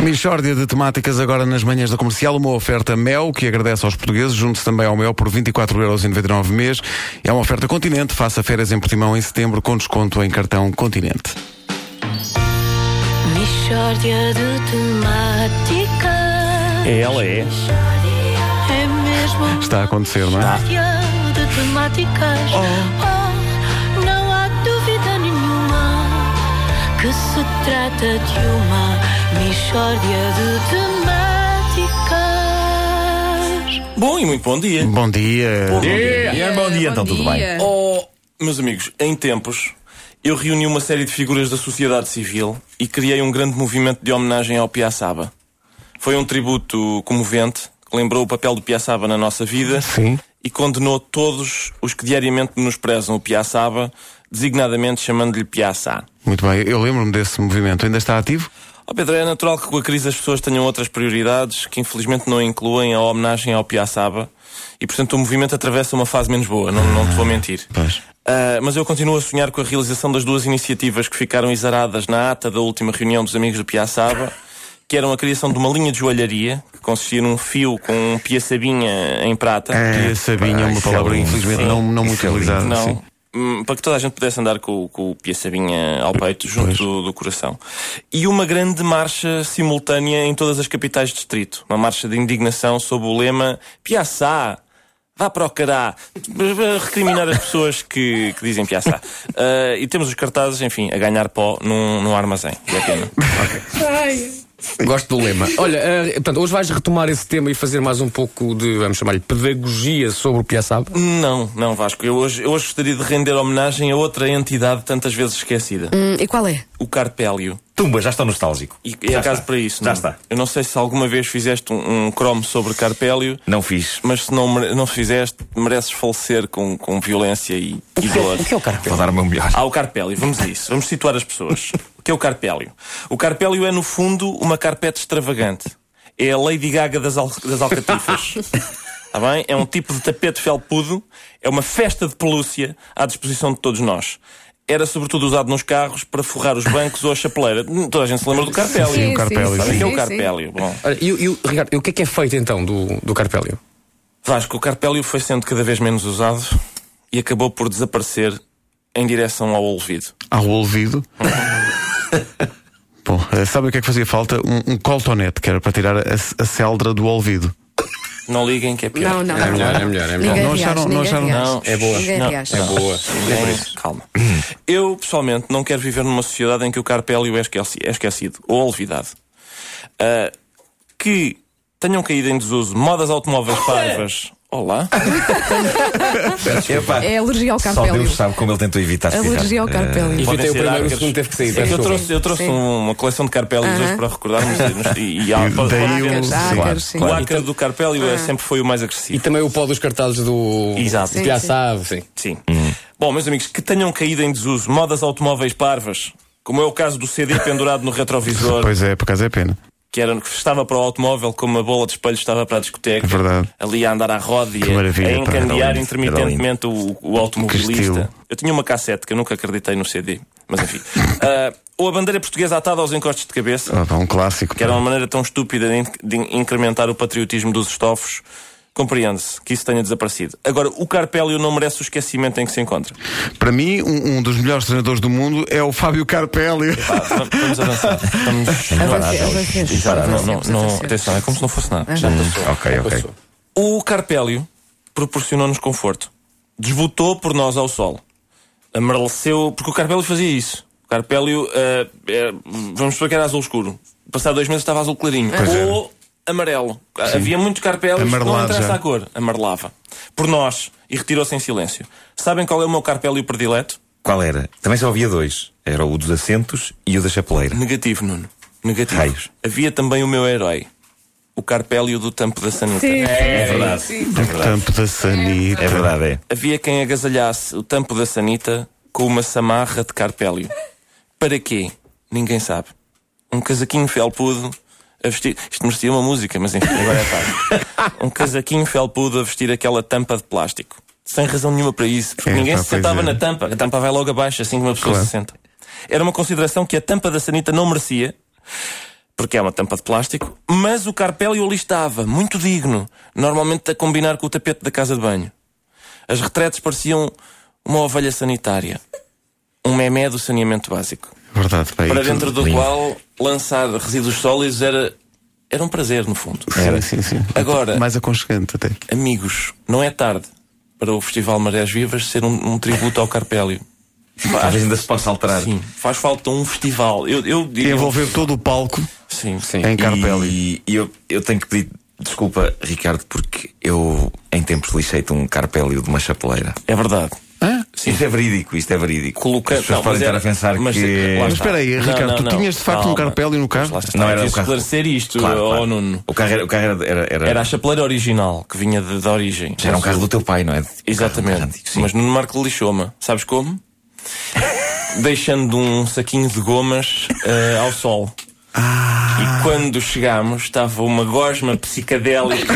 Michórdia de temáticas agora nas manhãs da comercial, uma oferta Mel, que agradece aos portugueses, junte-se também ao Mel por 24,99€ mês. É uma oferta Continente, faça férias em Portimão em setembro com desconto em cartão Continente. Mishória de temáticas. É, ela é. É mesmo. Está a acontecer, não é? Mishória de temáticas. Oh. não há dúvida nenhuma que se trata de uma mishória de temáticas. Bom e muito bom dia. Bom dia. Bom dia. Bom dia, então, tudo bem? Oh, meus amigos, em tempos eu reuni uma série de figuras da sociedade civil e criei um grande movimento de homenagem ao Piaçaba. Foi um tributo comovente, que lembrou o papel do Piaçaba na nossa vida Sim. e condenou todos os que diariamente menosprezam o Piaçaba, designadamente chamando-lhe Piaçá. Muito bem, eu lembro-me desse movimento. Ainda está ativo? Ó Pedro, é natural que com a crise as pessoas tenham outras prioridades que infelizmente não incluem a homenagem ao Piaçaba e, portanto, o movimento atravessa uma fase menos boa, não, não te vou mentir. Pois. Ah, mas eu continuo a sonhar com a realização das duas iniciativas que ficaram exaradas na ata da última reunião dos amigos do Piaçaba, que eram a criação de uma linha de joalharia, que consistia num fio com um piaçabinha em prata. É, Sabinha, pá, uma isso é palavra lindo. infelizmente Sim. não, não Isso muito é lindo. utilizada. Não. Ah, sim. um Hum, Para que toda a gente pudesse andar com, com o Piaçabinha ao peito, junto do, do coração. E uma grande marcha simultânea em todas as capitais de distrito. Uma marcha de indignação sob o lema Piaçá! Vá para o cará! Recriminar as pessoas que, que dizem Piaçá. Ah, e temos os cartazes, enfim, a ganhar pó num, num armazém. E é pena. Gosto do lema. Olha, eh, portanto, hoje vais retomar esse tema e fazer mais um pouco de, vamos chamar-lhe, pedagogia sobre o é, Piaçaba. Não, não, Vasco. Eu hoje, eu hoje gostaria de render homenagem a outra entidade tantas vezes esquecida. e qual é? O Carpélio. Tumba, já está nostálgico. E é acaso para isso, Já não? está. Eu não sei se alguma vez fizeste um, um cromo sobre Carpélio, Não fiz. mas se não, mere- não fizeste, mereces falecer com, com violência e, e dor. é o carpete? Vou dar o meu melhor. Ah, o Carpélio, vamos a isso, vamos situar as pessoas. O que é o Carpélio? O Carpélio é, no fundo, uma carpete extravagante. É a Lady Gaga das, al das alcatifas. Está bem? É um tipo de tapete felpudo, é uma festa de pelúcia à disposição de todos nós. Era sobretudo usado nos carros para forrar os bancos ou a chapeleira. Hum, Toda a gente se lembra do Carpélio. Sim, o Carpélio, Sabe o sim. que é o sim. Carpélio? Bom, Olha, e, o- e o- Ricardo, e o que é que é feito então do, do Carpélio? Vasco, o Carpélio foi sendo cada vez menos usado e acabou por desaparecer em direção ao olvido. Ao ouvido. Bom, eh, sabe o que é que fazia falta? Um, um coltonete, que era para tirar a, a celdra do ouvido. Não liguem que é pior. Não, não. É melhor, é melhor, é melhor. Ninguém Não reage, acharam- não ninguém acharam- reage. Não, é boa. Ninguém Não, reage. É boa. Ninguém- Calma. Eu, pessoalmente, não quero viver numa sociedade em que o Carpélio é, esqueci- é esquecido ou olvidado. Ah, que tenham caído em desuso modas automóveis parvas. Olá. Epá, É alergia ao Só carpélio. Deus sabe como ele tentou evitar se Alergia fizer. ao carpélio. Eh, Evitei podem ser o primeiro, arcas. o segundo teve que sair, É que eu peço trouxe, eu trouxe Sim. uma coleção de carpélios hoje para recordarmos e nos- e, e, há- um pode- daí pode ver. o- Ácaros, Sim, ácaros, sim. O ácaro do carpélio é, sempre foi o mais agressivo. E também o pó dos cartazes do Exato. Sim, Piaçaba, sim. Sim. Hum. Bom, meus amigos, que tenham caído em desuso modas automóveis parvas, como é o caso do CD pendurado no retrovisor, Pois é, por acaso é pena. que era que estava para o automóvel como a bola de espelho estava para a discoteca. É verdade. Ali a andar à roda e Que a- maravilha, a pá, era encandear lindo, intermitentemente o, o Que estilo. automobilista. Eu tinha uma cassete que eu nunca acreditei no CD, mas enfim. Ah, ou a bandeira portuguesa atada aos encostos de cabeça, Ah, pá, um clássico. que era pá. uma maneira tão estúpida de, in- de in- incrementar o patriotismo dos estofos. Compreende-se que isso tenha desaparecido. Agora, o Carpélio não merece o esquecimento em que se encontra. Para mim, um, um dos melhores treinadores do mundo é o Fábio Carpelli. Pá, va- vamos avançar. Vamos. Avancemos, Não, avancemos, não, não, avancemos, não, avancemos. atenção, é como se não fosse nada. Já passou. Eh, Ok, ok. O Carpélio proporcionou-nos conforto. Desbotou por nós ao sol. Amarreceu. Porque o Carpélio fazia isso. O Carpélio, ah, é, vamos supor que era azul escuro. Passado dois meses estava azul clarinho. Pois é. Ou amarelo. Havia muitos Carpélios que não Amarelado já. interessa a cor. Amarelava. Por nós. E retirou-se em silêncio. Sabem qual é o meu Carpélio predileto? Qual era? Também só havia dois. Era o dos assentos e o da chapeleira. Negativo, Nuno. Negativo. Raios. Havia também o meu herói. O Carpélio do tampo da sanita. É verdade. O tampo da Sanita. É verdade, é. havia quem agasalhasse o tampo da sanita com uma samarra de carpélio. Para quê? Ninguém sabe. Um casaquinho felpudo a vestir. Isto merecia uma música, mas enfim, agora é tarde. Um casaquinho felpudo a vestir aquela tampa de plástico. Sem razão nenhuma para isso, porque É, ninguém pá, se sentava pois é. na tampa. A tampa vai logo abaixo, assim que uma pessoa Claro. se senta. Era uma consideração que a tampa da sanita não merecia. porque é uma tampa de plástico, mas o carpélio ali estava, muito digno, normalmente a combinar com o tapete da casa de banho. As retretes pareciam uma ovelha sanitária, um memé do saneamento básico, Verdade, pá, e para tudo dentro do limpo. qual lançar resíduos sólidos era, era um prazer, no fundo. Sim, sim, sim. Agora- Mais aconchegante até. Amigos, não é tarde para o Festival Marés Vivas ser um, um tributo ao Carpélio. Talvez ainda se possa alterar. Sim, faz falta um festival. Eu, eu E digo. envolver todo o palco Sim, sim. Sim. em Carpelli. E eu, eu tenho que pedir desculpa, Ricardo, porque eu em tempos lixei-te um carpélio de uma chapeleira. É verdade. Sim. Isto é verídico, isto é verídico. Coloca- As pessoas não, podem mas estar era- a pensar mas- que. lá Mas está. espera aí, Não, Ricardo, não, tu não. tinhas de facto um Calma. Carpelli no carro? Lá está, Não era devia o carro. esclarecer isto, Claro, ó, claro. Nuno. O carro era. O carro era, era, era, Era a chapeleira original, que vinha de- da origem. É. já era um carro do teu pai, não é? Exatamente. Mas Mas Nuno Marco lixou-me. Sabes como? Deixando um saquinho de gomas eh, ao sol. Ah. E quando chegámos, estava uma gosma psicadélica.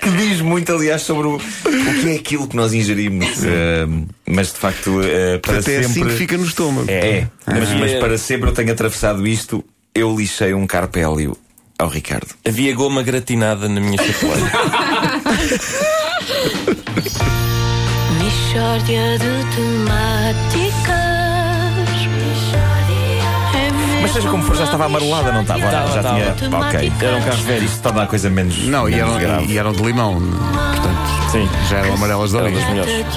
que diz muito, aliás, sobre o, o que é aquilo que nós ingerimos. Ahm, mas de facto, eh, para é Até sempre. assim que fica no estômago. É, é. Mas, Ah. mas para sempre eu tenho atravessado isto. Eu lixei um carpélio ao Ricardo. Havia goma gratinada na minha chapeleira. Mixórdia de temáticas. É Mas seja como for, já estava amarelada, não é? estava? Estava, já estava. tinha. Pá, Ok. Era um carro velho. Isto torna a coisa menos. Não, e um menos eram, grave. e eram de limão. Portanto, Sim. já eram amarelas de Eram orelhas. das melhores.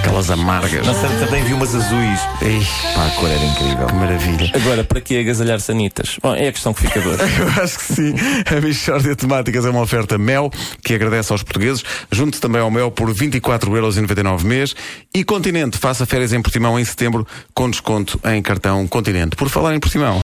Aquelas amargas. Mas tam- também vi umas azuis. Ei, Pá, a cor era incrível. que maravilha. Agora, para que agasalhar sanitas? Bom, é a questão que fica doce. Eu acho que sim. A Michórdia de Temáticas é uma oferta Mel, que agradece aos portugueses. Junte-se também ao Mel por 24,99€ mês. E Continente, faça férias em Portimão em setembro, com desconto em cartão Continente. Por falar em Portimão...